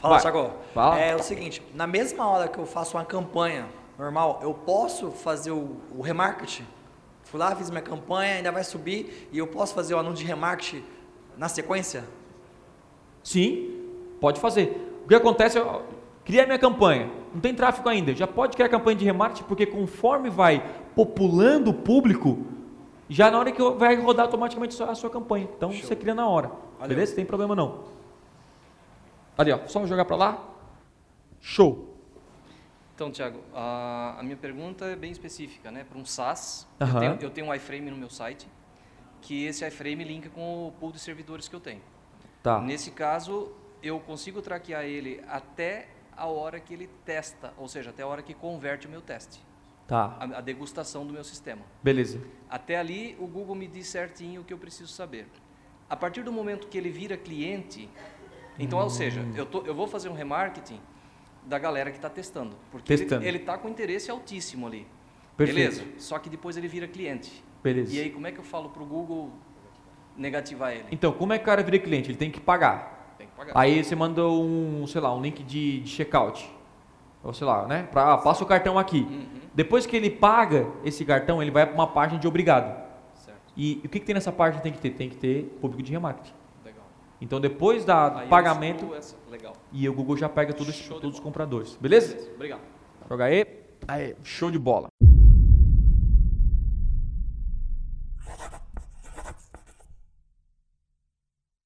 Fala, Vai. Thiago. Fala. É o seguinte, na mesma hora que eu faço uma campanha normal, eu posso fazer o, o remarketing? Fui lá, fiz minha campanha, ainda vai subir e eu posso fazer o anúncio de remarketing na sequência? Sim, pode fazer. O que acontece é, ó, criei a minha campanha, não tem tráfego ainda, já pode criar campanha de remarketing, porque conforme vai populando o público, já na hora que vai rodar automaticamente só a sua campanha. Então você cria na hora, Valeu. beleza? Tem problema não. Ali, ó, só jogar pra lá. Show. Então, Thiago, a, a minha pergunta é bem específica, né? Para um SaaS, Aham. eu, tenho, eu tenho um iframe no meu site, que esse iframe linka com o pool de servidores que eu tenho. Tá. Nesse caso, eu consigo traquear ele até a hora que ele testa, ou seja, até a hora que converte o meu teste, Tá. a, a degustação do meu sistema. Beleza. Até ali, o Google me diz certinho o que eu preciso saber. A partir do momento que ele vira cliente, então, ou seja, eu, tô- eu vou fazer um remarketing da galera que está testando. Porque Testando. ele está com interesse altíssimo ali. Perfeito. Beleza? Só que depois ele vira cliente. Beleza. E aí, como é que eu falo para o Google negativar ele? Então, como é que o cara vira cliente? Ele tem que pagar. Tem que pagar. Aí você manda um, sei lá, um link de, de checkout. Ou sei lá, né? Pra, ah, passa o cartão aqui. Uhum. Depois que ele paga esse cartão, ele vai pra uma página de obrigado. Certo, E, e o que, que tem nessa página tem que ter? Tem que ter público de remarketing. legal. Então depois da Aí é eu pagamento excluo essa. Legal. e o Google já pega todos, é. Show de todos os bola. compradores, beleza? Obrigado. Joga aí. Aí, show de bola.